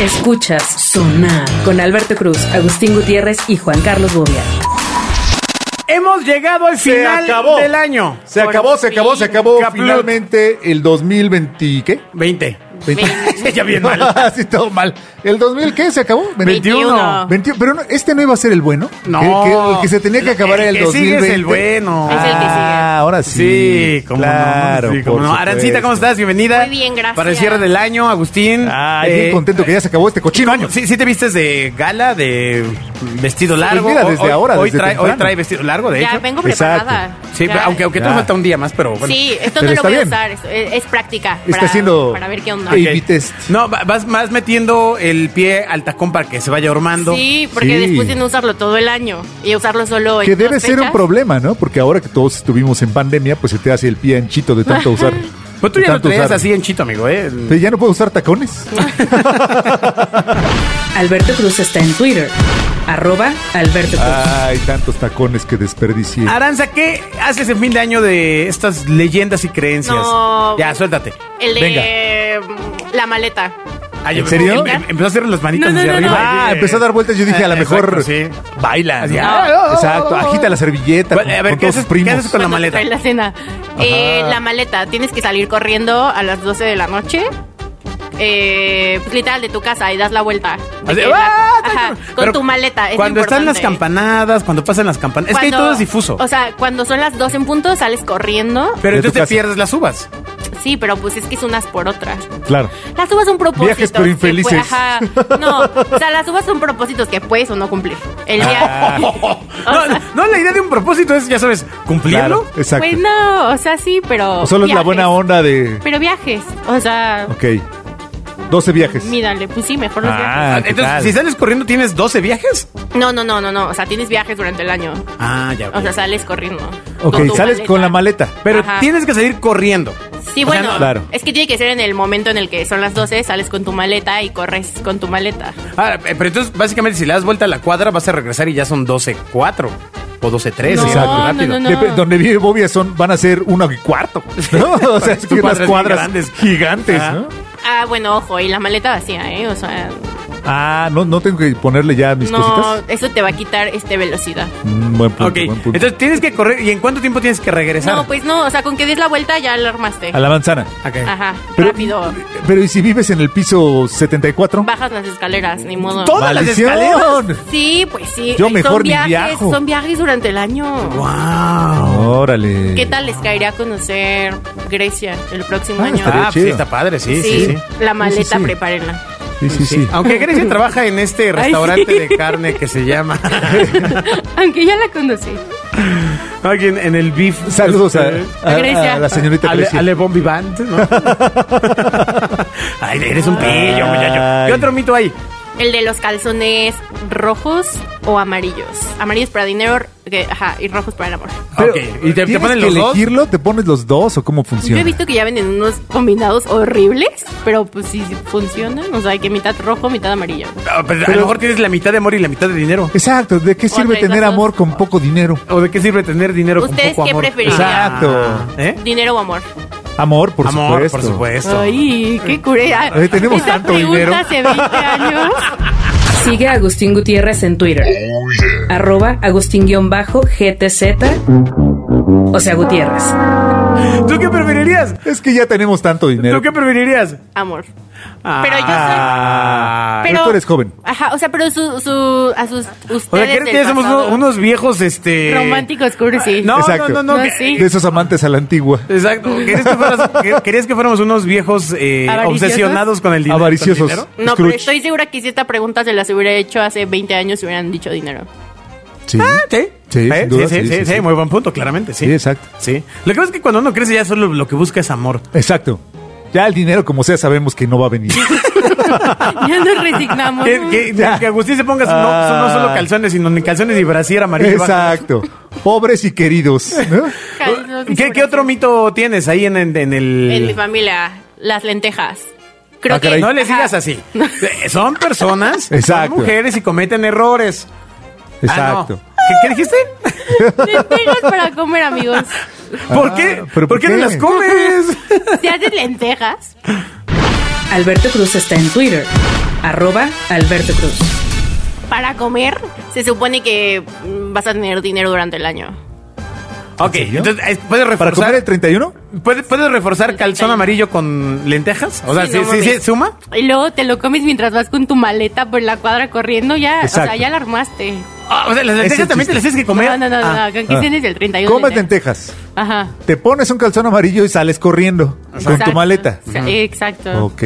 Escuchas Sonar con Alberto Cruz, Agustín Gutiérrez y Juan Carlos Bobia. Hemos llegado al Se final acabó. del año. Se Por acabó, se acabó, se acabó. Caplut. Finalmente el 2020, ¿qué? 20. Veinte- Ya bien mal. Así todo mal. ¿El 2000 qué? ¿Se acabó? 21. 21. Pero no, este no iba a ser el bueno. No. Que- que el que se tenía que acabar era el, que sigue 2020. es el bueno. Es el que sigue. Ah, ahora sí. Sí, cómo claro. no. sí, cómo por no. supuesto. Arancita, ¿cómo estás? Bienvenida. Muy bien, gracias. Para el cierre del año, Agustín. Ay, Eh, bien contento que ya se acabó este cochino año. Sí, sí te vistes de gala, de vestido largo. mira, Hoy- desde hoy- ahora, Hoy desde trae, temprano. hoy trae vestido largo, de Ya hecho. vengo Exacto. preparada. Sí, Ya. pero aunque, aunque te Ya. falta un día más, pero bueno. Sí, esto Pero no está lo voy bien. a usar, es, es práctica. Está para, haciendo- Para ver qué onda. Ey, Ok. vi test. No, va- vas más metiendo el pie al tacón para que se vaya armando. Sí, porque Sí. después de no usarlo todo el año y usarlo solo en Que dos debe ser un fechas, problema, ¿no? Porque ahora que todos estuvimos en pandemia, pues se te hace el pie anchito de tanto usar. Pues tú de ya lo tanto traías usar. así en chito, amigo, ¿eh? Pero ya no puedo usar tacones. Alberto Cruz está en Twitter, arroba Alberto Cruz. Ay, tantos tacones que desperdicié. Aranza, ¿qué haces en fin de año de estas leyendas y creencias? No. Ya, suéltate. El de mm, la maleta. Ay, ¿En em- serio? em- em- empezó a hacer las manitas No, no, hacia no, arriba. no. Ah, Eh, empezó a dar vueltas. Yo dije, a lo eh, mejor exacto, sí. baila. Así, ¿no? Oh. ah, Exacto, agita la servilleta Bueno, con, a ver, con ¿qué todos sus haces- primos. qué haces con- la Cuando maleta. trae la cena. Eh, la maleta. Tienes que salir corriendo a las 12 de la noche. Eh, pues, literal de tu casa y das la vuelta. De Así, que ¡ah! la- ajá, con Pero tu maleta. Es Cuando están las importante. campanadas, cuando pasan las campanadas. Es que ahí Cuando- todo es difuso. O sea, cuando son las 12 en punto, sales corriendo. pero de tu entonces te casa. pierdes las uvas. Sí, pero pues es que es unas por otras. Claro. Las uvas son propósitos. Viajes, pero que infelices. pue- ajá. No, o sea, las uvas son propósitos que puedes o no cumplir. El Ah. día. no, no, no, la idea de un propósito es, ya sabes, cumplirlo. Claro, exacto. Pues no, o sea, sí, pero. O solo es la viajes. buena onda de. Pero viajes. O sea, Ok. 12 viajes. mírale, pues sí, mejor los Ah, Ah, ¿qué Entonces, tal? si sales corriendo, ¿tienes 12 viajes? viajes. No, no, no, no, no. O sea, tienes viajes durante el año. Ah, ya. O sea, sales corriendo. Ok, Con tu sales con la maleta. pero Ajá. tienes que salir corriendo. Sí, O sea, bueno, no- Claro. es que tiene que ser en el momento en el que son las 12, sales con tu maleta y corres con tu maleta. Ah, eh, pero entonces, básicamente, si le das vuelta a la cuadra, vas a regresar y ya son 12-4 o 12-3. No, y ya muy no, rápido. no, no. Dep- donde vive Bobia son, van a ser uno y cuarto. ¿no? O sea, es que unas Cuadras bien cuadras grandes. gigantes, Ah. ¿no? Ah, bueno, ojo, y la maleta vacía, ¿eh? O sea, Ah, no, no tengo que ponerle ya mis no, cositas. eso te va a quitar este velocidad. Mm, buen punto, Ok, buen punto. entonces tienes que correr. ¿Y en cuánto tiempo tienes que regresar? No, pues no, o sea, con que des la vuelta ya la armaste. a la manzana. Ok. Ajá, Pero, rápido. pero ¿y si vives en el piso 74? Bajas las escaleras, ni modo. ¿Todas las escaleras? Sí, pues sí. Yo y mejor son ni viajes, viajo. Son viajes durante el año. ¡Wow! Órale. ¿Qué tal les caería a conocer Grecia el próximo Ah, año? estaría Ah, chido. sí, está padre, sí, sí, sí, sí. la maleta, sí. prepárenla. Sí, sí, sí. Aunque Grecia trabaja en este restaurante sí. de carne que se llama. Aunque ya la conocí. Aquí en, en el beef. Este, Saludos a, a- A Grecia. a la señorita Ale, Grecia. Ale Bombi Band, ¿no? Ay, eres un pillo, muchacho. Ay. ¿Qué otro mito hay? El de los calzones rojos o amarillos. Amarillos para dinero que- ajá, y rojos para el amor. Pero, Ok, ¿y te- te ¿tienes ponen que los dos? elegirlo? ¿Te pones los dos o cómo Yo funciona? he visto que ya venden unos combinados horribles, pero pues sí funcionan. O sea, que mitad rojo, mitad amarillo. Ah, pues, a lo mejor tienes la mitad de amor y la mitad de dinero. Exacto, ¿de qué sirve traes los tener dos. amor con poco dinero? ¿O de qué sirve tener dinero con ¿Ustedes poco qué amor? preferirían? Exacto. ¿Eh? Dinero o amor. Amor, por amor, supuesto. por supuesto. Ay, qué curé. Ah, Ay, tenemos esa tanto pregunta dinero. hace 20 años. Sigue a Agustín Gutiérrez en Twitter, arroba Agustín-GTZ, o sea Gutiérrez. ¿Tú qué preferirías? Es que ya tenemos tanto dinero. ¿Tú qué preferirías? Ah. Amor. Pero yo soy- Pero tú eres joven. Ajá, o sea, pero su, su, a sus, ustedes O sea, ¿crees del que ya somos pasado. uno- unos viejos, este... Ah, románticos cursi? No, Exacto. no, no, no. No, que- sí. De esos amantes a la antigua. Exacto. ¿Querías que, fueras- que- querías que fuéramos unos viejos eh, ¿Avariciosos? obsesionados con el dinero? con Avariciosos. el dinero? No, pero Scrooge. estoy segura que si esta pregunta se las hubiera hecho hace 20 años, se hubieran dicho dinero. Sí. Sí. Sí, Eh, sin duda, sí, sí, sí, sí, muy buen punto, claramente, sí. Sí, exacto. Sí. Lo que pasa es que cuando uno crece ya solo lo que busca es amor. Exacto. Ya el dinero, como sea, sabemos que no va a venir. Ya nos resignamos. Que, que- Ya. Ah. que Agustín se ponga su- no, su- no solo calzones, sino ni calzones y brasier amarillo. exacto. Pobres y queridos. Ah, ¿no? Calzos y ¿Qué, qué otro mito tienes ahí en, en- en el...? En mi familia, las lentejas. Creo Ah, que caray. No le ajá. sigas así. Eh, Son personas, Exacto. son mujeres y cometen errores. Ah, no. Exacto. ¿Qué, qué dijiste? Lentejas para comer, amigos. ¿Por qué? Ah, ¿pero ¿Por por qué no qué? las comes? Si haces lentejas, Alberto Cruz está en Twitter, arroba Alberto Cruz. Para comer, se supone que mm, vas a tener dinero durante el año. Ok, serio? entonces, eh, ¿puedes ¿Para comer el reforzar, 31? ¿puedes, puedes reforzar El calzón 31. amarillo con lentejas? O sea, Sí, sí, no sí, sí, mames. suma. Y luego te lo comes mientras vas con tu maleta por la cuadra corriendo, ya, o Exacto. sea, ya la armaste. Ah, o sea, las Es el lentejas también te chiste. las tienes que comer. No, no, no, Ah, no, ¿qué tienes el 31? Comes de enero? lentejas, Ajá. te pones un calzón amarillo y sales corriendo con tu Exacto. maleta. O sea, Exacto. Ok.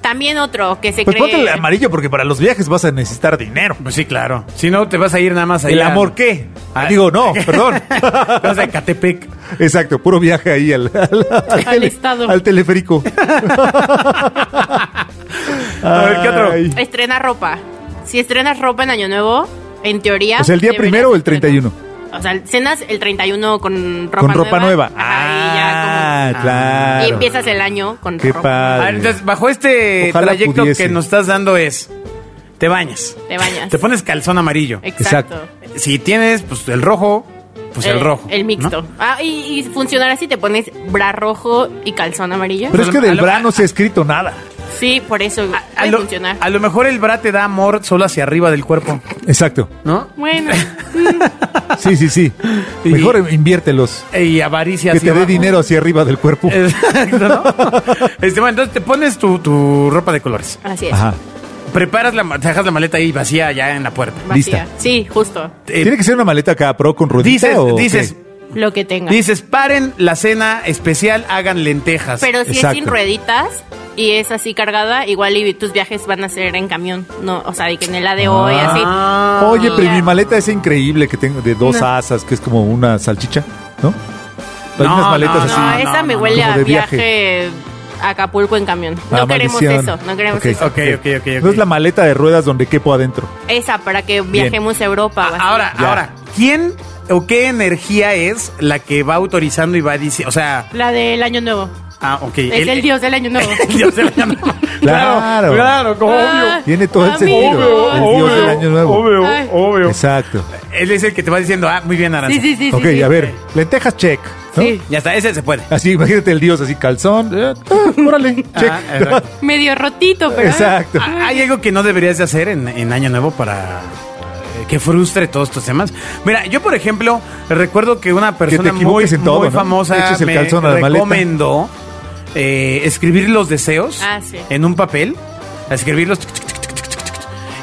También otro que se Pues cree. ponte el amarillo porque para los viajes vas a necesitar dinero. Pues sí, claro. Si no, te vas a ir nada más ahí. ¿El al- amor qué? Ah. Digo, no, perdón. Vas a Catepec. Exacto, puro viaje ahí al, al, Al estado. al teleférico. A ver, ¿qué otro? Ay. Estrena ropa. Si estrenas ropa en Año Nuevo, en teoría. O sea, ¿el día deberías primero o el estrenar. 31? O sea, cenas el 31 con ropa Con nueva. ropa nueva. Ajá, y ya ah, como- claro. Y empiezas el año con Qué ropa. A ver, padre. Ah, entonces, bajo este Ojalá trayecto pudiese. que nos estás dando es, te bañas. Te bañas. Te pones calzón amarillo. Exacto. Exacto. Si tienes, pues el rojo, pues el, rojo. El mixto. ¿no? Ah, y, y funcionará si te pones bra rojo y calzón amarillo. Pero Ah, es que pues, A del lo- bra no se ha escrito nada. sí, por eso A puede lo, funcionar. a lo mejor el bra te da amor solo hacia arriba del cuerpo, Exacto. ¿no? Bueno, Sí, sí, sí. Y- Mejor inviértelos. Y avaricia Que hacia te dé abajo. dinero hacia arriba del cuerpo. Exacto, ¿no? Este, bueno, entonces te pones tu, tu ropa de colores. así es. Ajá. Preparas la, ma- dejas la maleta ahí vacía ya en la puerta. Vacía. lista. Sí, justo. Eh, ¿Tiene que ser una maleta acá pro con ruedita dices, o qué? dices, Lo que tengas. dices, paren la cena especial, hagan lentejas. Pero si es Exacto. sin rueditas y es así cargada, igual y tus viajes van a ser en camión, no, o sea, de que en el ADO y así. Ah. Oye, pero ya. mi maleta es increíble que tengo de dos No. asas, que es como una salchicha, ¿no? Hay No, unas maletas no, así. No, esa no, me no, huele como a de viaje. viaje. a Acapulco en camión. No Ah, queremos maldición. eso, no queremos Ok. eso. Ok, ok, ok, ok. No es la maleta de ruedas donde quepo adentro. Esa para que viajemos a Europa. o así. Ah, Ahora, Ya. ahora, ¿quién o qué energía es la que va autorizando y va diciendo? O sea, La del año nuevo. ah, ok. Es el, dios del año nuevo. el dios del año nuevo. Claro. claro, como Ah, Tiene todo el amigo. sentido. El dios obvio, del año nuevo. Ay. obvio. Exacto. Él es el que te va diciendo, ah, muy bien, Aranza. Sí, sí, sí. sí, ok, sí. a ver, lentejas check. ¿no? Sí. Ya está, ese se puede. Así, imagínate el dios así, calzón. eh, ah, órale, check. Ah, exacto. Medio rotito, pero. Exacto. Ah, Hay algo que no deberías de hacer en, en Año Nuevo para eh, que frustre todos estos temas. Mira, yo por ejemplo recuerdo que una persona muy, equivoques en todo, muy ¿no? famosa Eches el me calzón a la maleta. recomendó eh, escribir los deseos Ah, sí. en un papel, escribirlos tuc, tuc, tuc, tuc, tuc, tuc, tuc,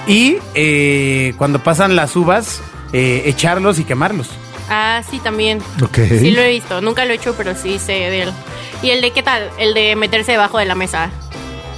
y eh, cuando pasan las uvas eh, echarlos y quemarlos. Ah, sí, también. Ok. Sí lo he visto. Nunca lo he hecho, pero sí sé de él. ¿Y el de qué tal? El de meterse debajo de la mesa.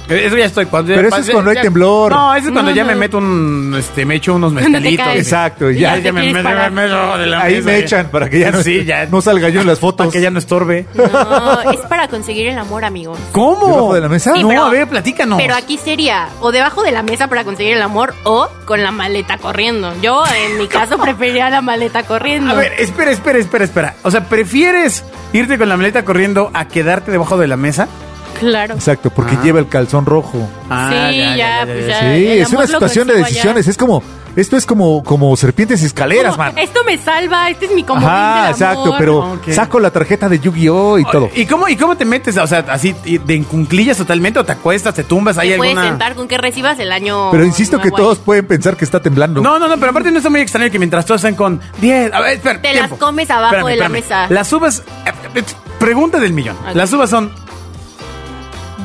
Eh, Eso ya estoy cuando Pero ya- eso es ya- cuando hay ya- temblor. No, eso es cuando No, ya no. me meto un este me echo unos te mezcalitos. caes. Exacto, Y ya. Ay, ya me, quieres me- parar. me- me- de la Ahí mesa, me ya. echan para que ya no, Sí, ya. no salga yo en las Para fotos. que ya no estorbe. No, es para conseguir el amor, amigos. ¿Cómo? ¿Debajo de la mesa? Sí, no, pero- a ver, platícanos. Pero aquí sería o debajo de la mesa para conseguir el amor o con la maleta corriendo. Yo, en mi caso, preferiría la maleta corriendo. A ver, espera, espera, espera, espera. O sea, ¿prefieres irte con la maleta corriendo a quedarte debajo de la mesa? Claro. Exacto, porque Ah. lleva el calzón rojo. Sí, ya, pues ya. sí. Sí, el es una amor lo situación de consigo allá. decisiones. Es como, esto es como, como serpientes y escaleras, Como, man. Esto me salva, este es mi comodín Ajá, del exacto, amor. pero Ah, Ok. saco la tarjeta de Yu-Gi-Oh y todo. ¿Y cómo, ¿Y cómo te metes? O sea, así y- de encunclillas totalmente o te acuestas, te tumbas, hay Te puedes alguna. sentar con que recibas el año. Pero insisto que nuevo ahí. todos pueden pensar que está temblando. No, no, no, pero aparte no está muy extraño que mientras todos están con 10. A ver, espera. Te tiempo. las comes abajo Espérame, de la espérame. mesa. Las uvas. eh, eh, Pregunta del millón. Ok. Las uvas son.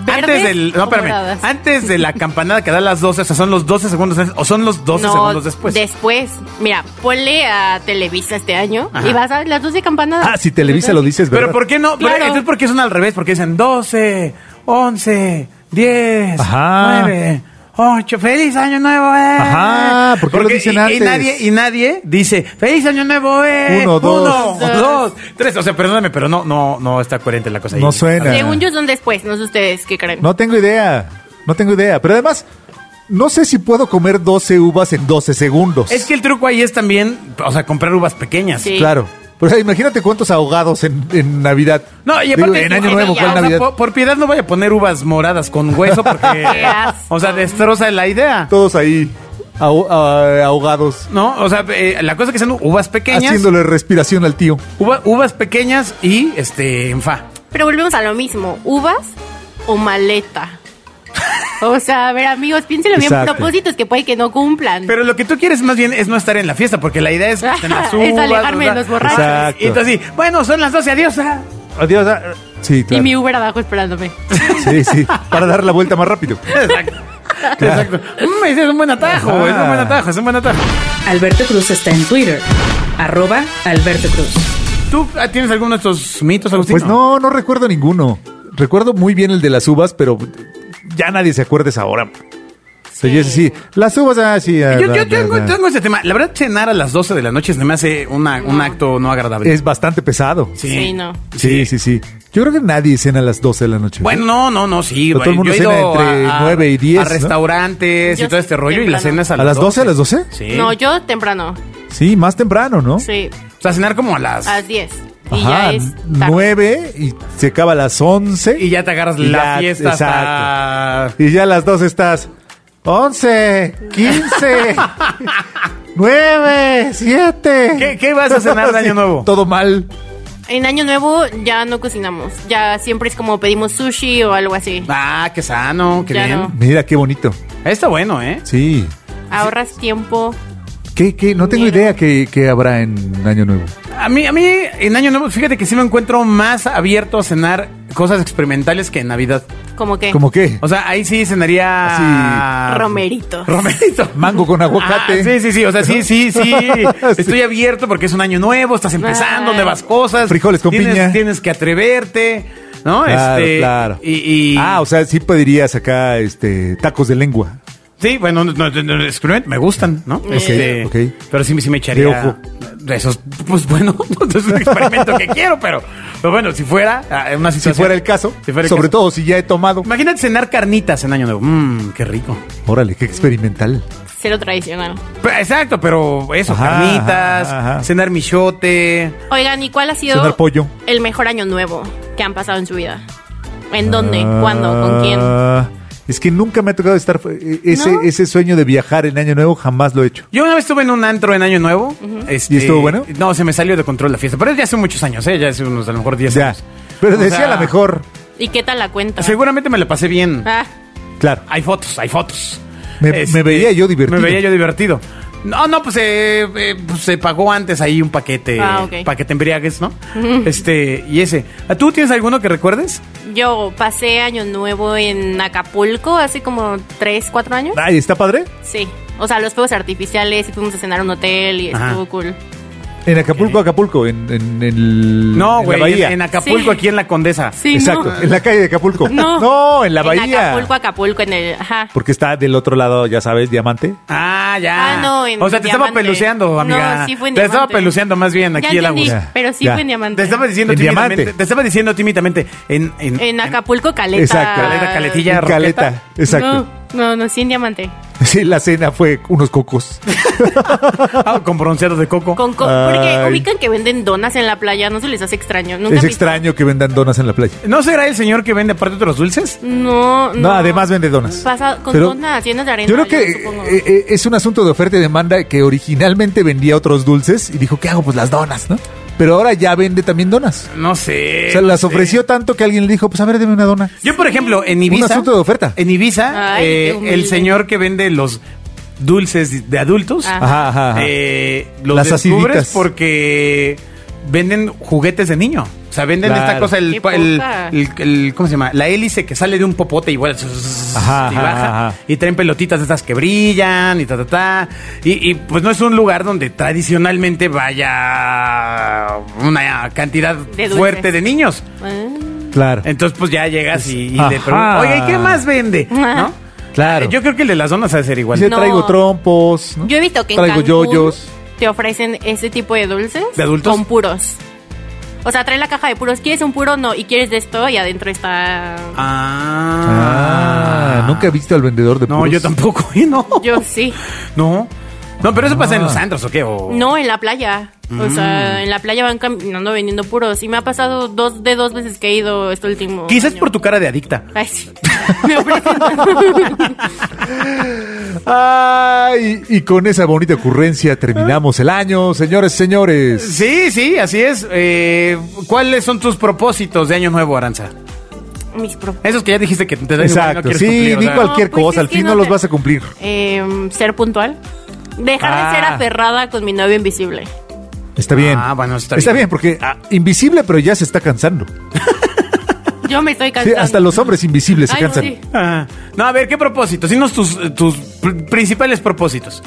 ¿Verdes Antes del. o No, espérame. moradas? Antes de la campanada que da las 12, o sea, son los 12 segundos antes, o son los 12 segundos después. Después, mira, ponle a Televisa este año Ajá. y vas a ver las 12 campanadas. Ah, si Televisa lo dices, ¿verdad? Pero ¿por qué no? Pero, Claro. entonces, ¿por qué son al revés? Porque dicen 12, 11, 10, Ajá. 9, 8, feliz año nuevo, eh. Ajá, ¿por qué lo Porque- dicen y- antes? Y nadie, y nadie dice, feliz año nuevo, eh. Uno, dos. Uno, dos, tres. O sea, perdóname, pero no, no, no está coherente la cosa ahí. No suena. Según yo son después, no sé ustedes qué creen. No tengo idea, no tengo idea. Pero además, no sé si puedo comer 12 uvas en 12 segundos. Es que el truco ahí es también, o sea, comprar uvas pequeñas. Sí. Claro. Pero imagínate cuántos ahogados en, en Navidad. No, y Digo, aparte, en o Año sea, Nuevo, ya, ¿cuál o sea, Navidad? por, por piedad no vaya a poner uvas moradas con hueso porque, Qué asco. o sea, destroza la idea. Todos ahí aho- ah, ahogados, No, o sea, eh, la cosa es que sean uvas pequeñas. haciéndole respiración al tío. Uva- uvas pequeñas y este en fa. Pero volvemos a lo mismo, uvas o maleta. O sea, a ver, amigos, piénsenlo bien, Exacto. propósitos que puede que no cumplan. Pero lo que tú quieres más bien es no estar en la fiesta, porque la idea es que estén las Es uvas, alejarme de ¿verdad? los borrachos. Exacto. Y entonces, sí, bueno, son las 12, adiós. ah. Adiós. ah, Sí, Y claro. mi Uber abajo esperándome. Sí, sí. Para dar la vuelta más rápido. Exacto. Exacto. Mm, ese es un buen atajo, Ajá. es un buen atajo, es un buen atajo. Alberto Cruz está en Twitter. Arroba Alberto Cruz. ¿Tú ah, tienes alguno de estos mitos, Agustín? Pues no, no recuerdo ninguno. Recuerdo muy bien el de las uvas, pero ya nadie se acuerda esa hora. O sea, yo sí, sí, las uvas, ah, sí. ah, Yo, yo da, da, tengo, da. tengo ese tema. La verdad, cenar a las 12 de la noche se me hace una- un acto no agradable. Es bastante pesado. Sí, no. Sí, sí, sí. Yo creo que nadie cena a las 12 de la noche. Bueno, no, no, no, sí. Pero todo el mundo yo he ido cena entre a- a- 9 y 10, A ¿no? restaurantes y Yo todo este rollo y la temprano. cena es a, ¿A las 12, a las 12? Sí. No, yo temprano. Sí, más temprano, ¿no? Sí, O sea, cenar como a las... a las 10. Y Ajá, ya es tarde. 9 y se acaba a las 11. Y ya te agarras Y la ya, fiesta hasta- Y ya a las 2 estás 11, 15, 9, 7. ¿Qué- qué vas a cenar de Año Nuevo? Todo mal. En Año Nuevo ya no cocinamos. Ya siempre es como pedimos sushi o algo así. Ah, qué sano, qué Ya bien. no. Mira, qué bonito. Está bueno, ¿eh? Sí. Ahorras tiempo. ¿Qué, qué? No tengo Mira. idea qué, qué habrá en Año Nuevo. A mí, a mí, en Año Nuevo, fíjate que sí me encuentro más abierto a cenar cosas experimentales que en Navidad. Como que ¿Cómo qué? O sea, ahí sí cenaría... Así- romeritos. Romerito. Mango con aguacate. Ah, sí, sí, sí. O sea, sí, sí, sí. Estoy abierto porque es un año nuevo, estás empezando Ay. nuevas cosas. Frijoles con tienes, piña. Tienes que atreverte, ¿no? Claro, este, claro. Y, y- Ah, o sea, sí pedirías acá este, tacos de lengua. Sí, bueno, no, no, no, no, experimento, me gustan, ¿no? Este, Ok, ok. Pero sí, me- sí me echaría. De ojo. de esos, pues bueno, no es un experimento que quiero, pero, pero bueno, si fuera ah, una Si situación. fuera el caso, si fuera el sobre caso. todo si ya he tomado. Imagínate cenar carnitas en Año Nuevo. Mmm, qué rico. Órale, qué experimental. Cero tradicional. Pero- exacto, pero eso, Ajá, carnitas, ajá, ajá. cenar michote. Oigan, ¿y cuál ha sido Cenar pollo. el mejor año nuevo que han pasado en su vida? ¿En dónde? Ah, ¿Cuándo? ¿Con quién? Es que nunca me ha tocado estar. eh, Ese, ¿No? ese sueño de viajar en Año Nuevo jamás lo he hecho. Yo una vez estuve en un antro en Año Nuevo. este, ¿Y estuvo bueno? No, se me salió de control la fiesta. Pero ya hace muchos años, ¿eh? Ya hace unos, a lo mejor 10 Ya. años. Pero O decía sea, la mejor. ¿Y qué tal la cuenta? Seguramente me la pasé bien. Ah, Claro. Hay fotos, hay fotos. Este, Me- me veía yo divertido. Me veía yo divertido. No, no, pues, eh, eh, pues, se pagó antes ahí un paquete. Ah, ok. Paquete embriagues, ¿no? este, y ese. ¿Ah, ¿Tú tienes alguno que recuerdes? yo pasé año nuevo en Acapulco hace como 3, 4 años. Ah. Ay, ¿está padre? Sí. O sea, los fuegos artificiales y fuimos a cenar a un hotel y Ajá. estuvo cool. En Acapulco, Acapulco, en, en, en el- No, en la güey. bahía. En, en Acapulco, Sí. aquí en la Condesa. Sí, Exacto, ¿no? en la calle de Acapulco. No. en la bahía. En Acapulco, Acapulco, en el... Ajá. Porque está del otro lado, ya sabes, diamante. Ah, ya. Ah, no, en o sea, te estaba Diamante. peluceando, amiga. No, sí fue en te estaba Diamante. peluceando más bien aquí ya el entendí, Agus. Agus. pero sí Ya. fue en diamante. Te estaba diciendo En tímidamente. Diamante. Te estaba diciendo tímidamente en, en, En Acapulco, Caleta. Exacto. Caleta, Caletilla, En Caleta, exacto. No, no, no, sí en diamante. Sí, la cena fue unos cocos. Ah, con bronceado de coco. Con, co- Ay. porque ubican que venden donas en la playa, no se les hace extraño. Nunca es vi- extraño que vendan donas en la playa. ¿No será el señor que vende aparte otros dulces? No, no. No, además vende donas. Pasa con Pero- donas, llenas de arena. Yo creo que supongo. eh, eh, es un asunto de oferta y demanda que originalmente vendía otros dulces y dijo, ¿qué hago? Pues las donas, ¿no? Pero ahora ya vende también donas. No sé. O sea, no las sé. ofreció tanto que alguien le dijo, pues a ver, deme una dona. Yo, por ejemplo, en Ibiza. asunto de oferta. En Ibiza, Ay, eh, qué humilde. el señor que vende los dulces de adultos. Ah. Ajá, ajá, ajá. eh, los Las descubres aciditas. porque venden juguetes de niño. O sea, venden Claro. esta cosa, el, Qué el- poca. el- el- ¿Cómo se llama? La hélice que sale de un popote igual. Ajá, y ajá, baja. ajá. Y traen pelotitas de esas que brillan y ta, ta, ta. Y, y, pues no es un lugar donde tradicionalmente vaya una cantidad De dulces. fuerte de niños. Ah, Claro. Entonces, pues ya llegas y, y Ajá. le preguntas, oye, ¿y qué más vende? ¿No? Claro. Yo creo que el de las donas ha de ser igual. Dice, No. traigo trompos. ¿no? Yo he visto que en Traigo Cancún yoyos. te ofrecen ese tipo de dulces. ¿De adultos? Con puros. O sea, traen la caja de puros. ¿Quieres un puro? No. ¿Y quieres de esto? Y adentro está... Ah. Ah, nunca he visto pues. al vendedor de No, puros. yo tampoco, y no. Yo sí. No. No, pero eso pasa en Ah. los antros, ¿o qué? O- No, en la playa. O sea, en la playa van caminando vendiendo puros. Y me ha pasado dos de dos veces que he ido este último Quizás año. por tu cara de adicta. Ay, sí. Me ofrecen... Ay, y con esa bonita ocurrencia terminamos el año, señores, señores. Sí, sí, así es. Eh, ¿Cuáles son tus propósitos de Año Nuevo, Aranza? Mis pro- Esos que ya dijiste que te dan igual y no Exacto. quieres sí, cumplir, o di sea. cualquier No, pues cosa. es Al que fin no, no los te- vas a cumplir. em, ser puntual. Dejar Ah. de ser aferrada con mi novio invisible. Está bien. Ah, bueno, está bien. porque ah, invisible, pero ya se está cansando. Yo me estoy Sí, cansando. hasta los hombres invisibles se Ay, no, cansan. sí. Ah, No, a ver, ¿qué propósitos? Dinos tus, eh, tus pr- principales propósitos.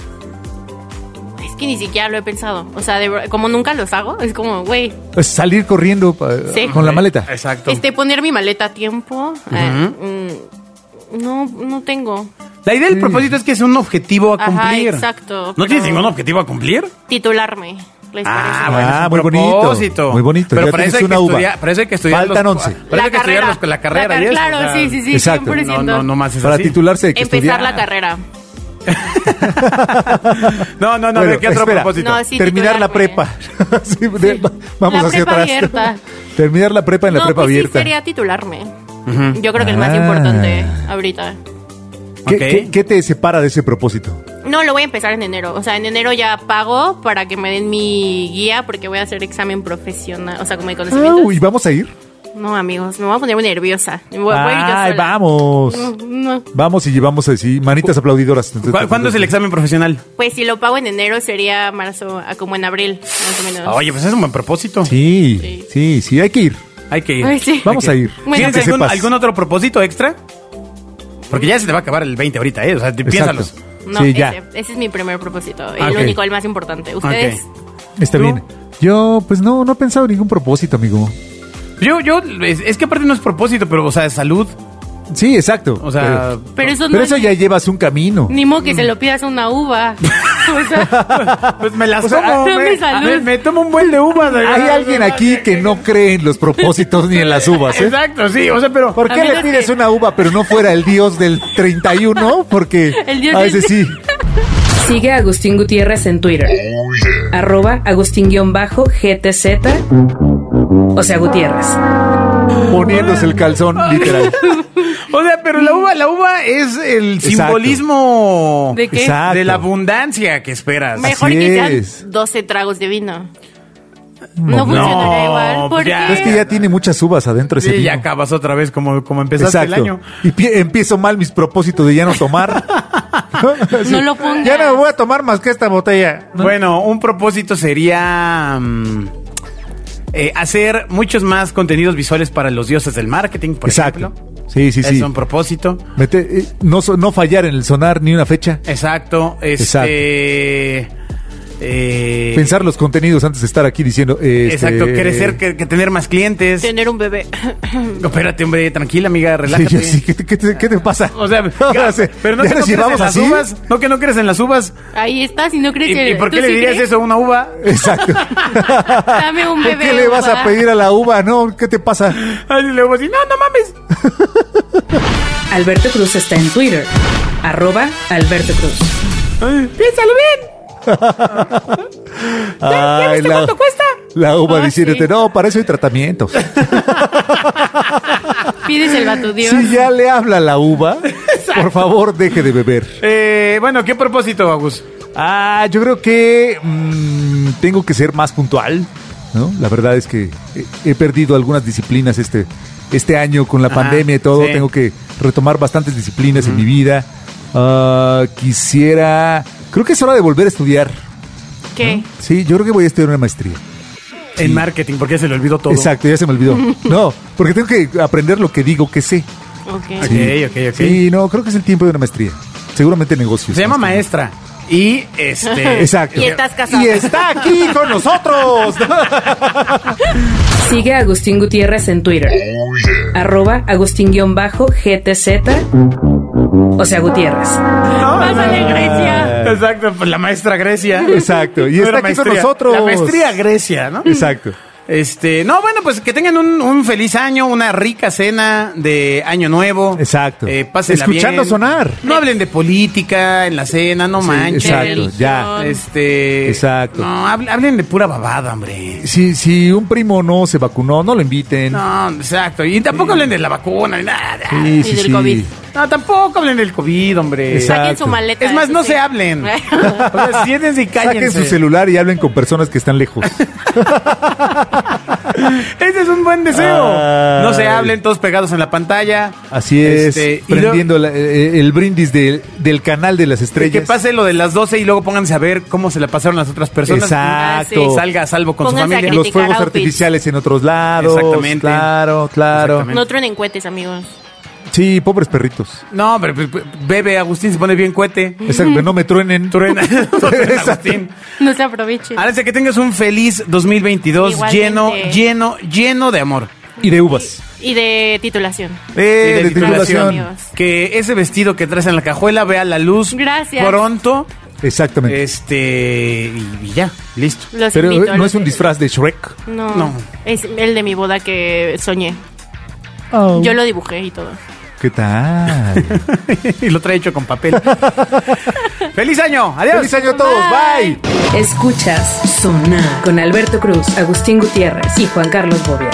Es que ni siquiera lo he pensado. O sea, de ver- como nunca los hago, es como, güey, Pues salir corriendo pa- Sí. con la maleta. Eh, Exacto. este, poner mi maleta a tiempo. eh, mm, no, no tengo. La idea del propósito es que es un objetivo a Ajá, cumplir. exacto, ¿No pero- tienes ningún objetivo a cumplir? Titularme. ¿Les Ah, parece? bueno, Ah, es un muy bonito, propósito. muy bonito. Pero Ya para eso, tienes hay que una uva. estudiar, para eso hay que estudiar. Faltan los- 11. Para eso hay que estudiar los- la carrera. La y car- eso, claro, o sea, sí, sí, sí, Exacto. 100%. No, no, no más es Para así. titularse hay que Empezar estudiar. la carrera. No, no, no, Bueno, ¿de qué otro espera. propósito? No, sí, Terminar la titularme. prepa. Sí, de- va- vamos La hacia prepa atrás. abierta. Terminar la prepa en la no, prepa pues sí, abierta. sería titularme. Yo creo que el más Ah. importante ahorita. ¿Qué, Ok. qué- qué te separa de ese propósito? No, lo voy a empezar en enero. O sea, en enero ya pago para que me den mi guía porque voy a hacer examen profesional. O sea, como de Ah, conocimientos. uy, vamos a ir. no, amigos, me voy a poner muy nerviosa. Me voy- voy a ir yo Ay, sola. Mm. vamos. No, no. Vamos y llevamos así manitas aplaudidoras. ¿Cu- ¿Cuándo es el examen profesional? Pues si lo pago en enero sería marzo, a como en abril, más o menos. Oye, pues es un buen propósito. Sí, sí, sí, hay que ir. Hay que ir. Ay, sí. Vamos a ir. Bueno, ¿Tienes que algún, sepas. algún otro propósito extra? Porque ya se te va a acabar el 20 ahorita, ¿eh? O sea, te- Exacto. piénsalos. No, sí, ya. Ese, ese es mi primer propósito. El Ok. único, el más importante. Ustedes. Está ¿Tú? bien. Yo, pues no, no he pensado en ningún propósito, amigo. Yo, yo, es, es que aparte no es propósito, pero, o sea, salud. Sí, exacto. O sea, pero, Pero eso pero no eso es- ya Mm. llevas un camino. Ni modo que se lo pidas a una uva. O sea, pues me las O sea, como, dame me, salud. me- me tomo un buen de uvas. Hay alguien aquí que no cree en los propósitos ni en las uvas, ¿eh? Exacto, sí, o sea, pero... ¿Por qué Amigos le pides que- una uva pero no fuera el dios del 31? Porque El dios a del- veces sí. Sigue a Agustín Gutiérrez en Twitter. Arroba Agustín-GTZ. O sea, Gutiérrez. Poniéndose el calzón, literal. O sea, pero la uva, la uva es el Exacto. simbolismo ¿De qué? Exacto. de la abundancia que esperas. mejor Así que sean es. 12 tragos de vino. No, funcionaría igual. ¿Por ya. qué? Es que ya tiene muchas uvas adentro ese Sí, ya vino. acabas otra vez como, como empezaste el año. Y pie- empiezo mal mis propósitos de ya no tomar. No lo pongas. Ya no me voy a tomar más que esta botella. Bueno, un propósito sería mm, eh, hacer muchos más contenidos visuales para los dioses del marketing, por Exacto. ejemplo. Sí, sí, es sí. un propósito. Mete- eh, no, so- no fallar en el sonar ni una fecha. Exacto. Exacto. Este. eh, Pensar los contenidos antes de estar aquí diciendo. eh, este- Exacto, crecer, que, que tener más clientes. Tener un bebé. Espérate, hombre, tranquila, amiga, Sí, relájate. ya, sí, ¿Qué, te, qué te- qué te pasa? O sea, Ahora sí, pero no ¿ya que no nos crees en llevamos las así. uvas, no que no crees en las uvas. Ahí está, si no crees ¿Y, que. y por ¿tú qué le sí dirías crees? eso a una uva? Exacto. Dame un ¿Por bebé. qué le vas uva. a pedir a la uva? No, ¿qué te pasa? Ay, y luego así, no, no mames. Alberto Cruz está en Twitter. Arroba Alberto Cruz. Ay, Piénsalo bien. Ay, viste cuánto cuesta? La uva Ah, diciéndote, sí. no, para eso hay tratamientos. Pides el batudios. Si ya le habla la uva, por favor, deje de beber. Eh, bueno, ¿qué propósito, Agus? Ah, yo creo que mm, tengo que ser más puntual, ¿no? La verdad es que he, he perdido algunas disciplinas este, este año con la Ajá, pandemia y todo. sí. Tengo que retomar bastantes disciplinas en mi vida. Ah, quisiera... Creo que es hora de volver a estudiar. ¿Qué? Sí, yo creo que voy a estudiar una maestría. En marketing, porque ya se le olvidó todo. Exacto, ya se me olvidó. No, porque tengo que aprender lo que digo que sé. Ok. Ok, ok, ok. Sí, no, creo que es el tiempo de una maestría. Seguramente negocios. Se llama Más que- maestra. Y este. Exacto. Y estás casado. Y está aquí con nosotros. Sigue a Agustín Gutiérrez en Twitter. Arroba Agustín-GTZ. O sea, Gutiérrez. No, Pásale, no, no. Grecia. Exacto, pues la maestra Grecia. Exacto, y No está era aquí con maestría, nosotros. La maestría Grecia, ¿no? Exacto. Este, no, bueno, pues que tengan un, un feliz año, una rica cena de año nuevo. Exacto. Eh, pásenla Escuchando bien. sonar. No hablen de política en la cena, no manches. Exacto, ya. Este. Exacto. No, habl- hablen de pura babada, hombre. Si, si un primo no se vacunó, no lo inviten. No, exacto. Y tampoco hablen de la vacuna, ni nada. Sí, Y del COVID. No, tampoco hablen del COVID, hombre. Exacto. Saquen su maleta. Es más, eso no sí. se hablen. O sea, siéntense y Saquen cállense. su celular y hablen con personas que están lejos. Ese es un buen deseo. Ay. No se hablen todos pegados en la pantalla. Así es, Este, y luego- prendiendo la- eh, el brindis del- del canal de las Y estrellas. que pase lo de las 12 y luego pónganse a ver cómo se la pasaron las otras personas. Exacto. Y salga a salvo con Pónganse su familia. a Los criticar fuegos outfits. artificiales en otros lados. Exactamente. Claro, claro. Exactamente. No truenen cohetes, amigos. Sí, pobres perritos. No, pero pues, bebe, Agustín se pone bien cohete. Exacto, no me truenen. Truena. Exacto. Agustín. No se aprovechen. Ahora que tengas un feliz 2022 Igualmente. lleno, lleno, lleno de amor. Y de uvas. Y de titulación. Eh, Y de titulación. tribulación. Amigos. Que ese vestido que traes en la cajuela vea la luz Gracias. pronto. Exactamente. Este. Y, y ya, listo. Los Pero invito, eh, no los- es un disfraz de Shrek. No, No. Es el de mi boda que soñé. Yo lo dibujé y todo. ¿Qué tal? y lo trae hecho con papel. ¡Feliz año! ¡Adiós! ¡Feliz año a todos! ¡Bye! Escuchas Sonar con Alberto Cruz, Agustín Gutiérrez y Juan Carlos Bobia.